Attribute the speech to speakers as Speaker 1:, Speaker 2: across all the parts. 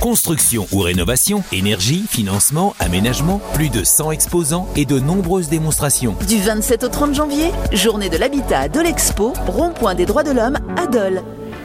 Speaker 1: Construction ou rénovation, énergie, financement, aménagement, plus de 100 exposants et de nombreuses démonstrations.
Speaker 2: Du 27 au 30 janvier, journée de l'habitat à Dole Expo, rond-point des droits de l'homme à Dole.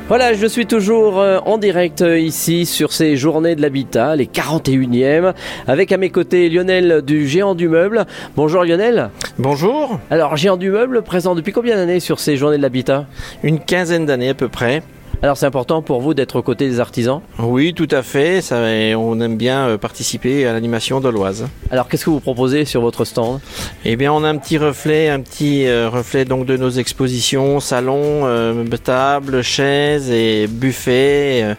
Speaker 3: Voilà, je suis toujours euh, en direct ici sur ces journées de l'habitat, les 41e, avec à mes côtés Lionel du Géant du Meuble. Bonjour Lionel.
Speaker 4: Bonjour.
Speaker 3: Alors, Géant du Meuble, présent depuis combien d'années sur ces journées de l'habitat
Speaker 4: Une quinzaine d'années à peu près.
Speaker 3: Alors c'est important pour vous d'être aux côtés des artisans
Speaker 4: Oui, tout à fait. Ça, on aime bien euh, participer à l'animation de l'Oise.
Speaker 3: Alors qu'est-ce que vous proposez sur votre stand
Speaker 4: Eh bien, on a un petit reflet, un petit euh, reflet donc de nos expositions, salons, euh, tables, chaises et buffets. Euh,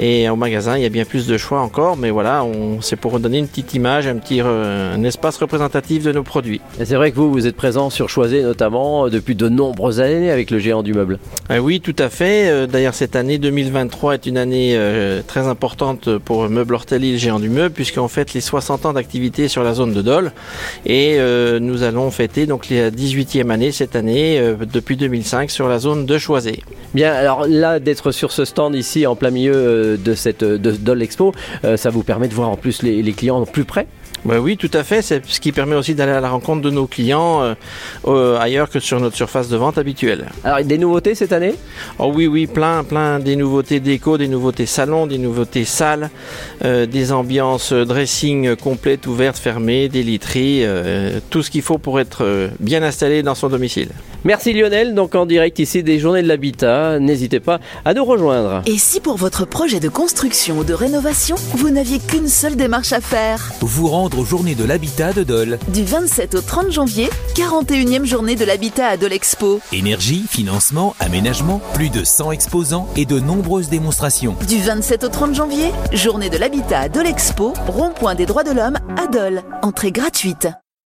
Speaker 4: et au magasin, il y a bien plus de choix encore, mais voilà, on, c'est pour donner une petite image, un petit un espace représentatif de nos produits.
Speaker 3: Et c'est vrai que vous, vous êtes présent sur Choisé notamment euh, depuis de nombreuses années avec le géant du meuble.
Speaker 4: Eh oui, tout à fait. D'ailleurs, cette année 2023 est une année euh, très importante pour Meuble Hortelli, le géant du meuble, puisqu'on fête les 60 ans d'activité sur la zone de Dole. Et euh, nous allons fêter donc la 18e année cette année, euh, depuis 2005, sur la zone de Choisé.
Speaker 3: Bien, alors là, d'être sur ce stand ici, en plein milieu euh, de cette de Dole Expo, ça vous permet de voir en plus les, les clients plus près
Speaker 4: ben oui, tout à fait. C'est ce qui permet aussi d'aller à la rencontre de nos clients euh, euh, ailleurs que sur notre surface de vente habituelle.
Speaker 3: Alors, des nouveautés cette année
Speaker 4: Oh oui, oui, plein, plein. Des nouveautés déco, des nouveautés salon, des nouveautés salles, euh, des ambiances dressing complètes, ouvertes, fermées, des literies, euh, tout ce qu'il faut pour être euh, bien installé dans son domicile.
Speaker 3: Merci Lionel, donc en direct ici des Journées de l'Habitat. N'hésitez pas à nous rejoindre.
Speaker 2: Et si pour votre projet de construction ou de rénovation, vous n'aviez qu'une seule démarche à faire
Speaker 1: Vous rendre aux Journées de l'Habitat de Dole.
Speaker 2: Du 27 au 30 janvier, 41e journée de l'Habitat à Dole Expo.
Speaker 1: Énergie, financement, aménagement, plus de 100 exposants et de nombreuses démonstrations.
Speaker 2: Du 27 au 30 janvier, Journée de l'Habitat à Dole Expo, rond-point des droits de l'homme à Dole. Entrée gratuite.